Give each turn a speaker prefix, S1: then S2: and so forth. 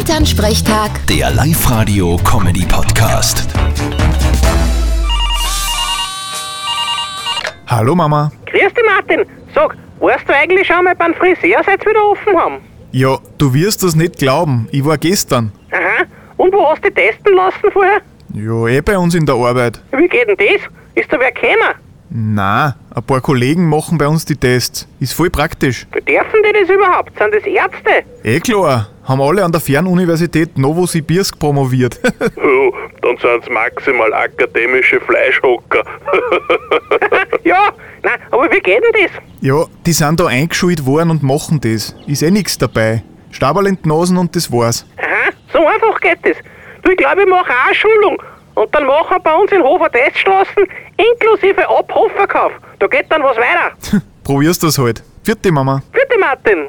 S1: Elternsprechtag,
S2: Der Live-Radio-Comedy-Podcast.
S3: Hallo Mama.
S4: Grüß dich, Martin. Sag, warst du eigentlich schon mal beim Friseur, seit wieder offen haben?
S3: Ja, du wirst das nicht glauben. Ich war gestern.
S4: Aha. Und wo hast du dich testen lassen vorher?
S3: Ja, eh bei uns in der Arbeit.
S4: Wie geht denn das? Ist da wer gekommen?
S3: Na, ein paar Kollegen machen bei uns die Tests. Ist voll praktisch.
S4: Dürfen die das überhaupt? Sind das Ärzte?
S3: Eh klar, haben alle an der Fernuniversität Novosibirsk promoviert.
S5: Ja, dann sind es maximal akademische Fleischhocker.
S4: Ja, nein, aber wie geht denn das?
S3: ja, die sind da eingeschult worden und machen das. Ist eh nix dabei. Staberl in die Nasen und das war's.
S4: Aha, so einfach geht das. Du, ich glaube, ich mache auch eine Schulung. Und dann machen bei uns in Hofer Teststraßen inklusive Abhofverkauf. Da geht dann was weiter.
S3: Probierst das halt. Vierte Mama.
S4: Bitte, Martin.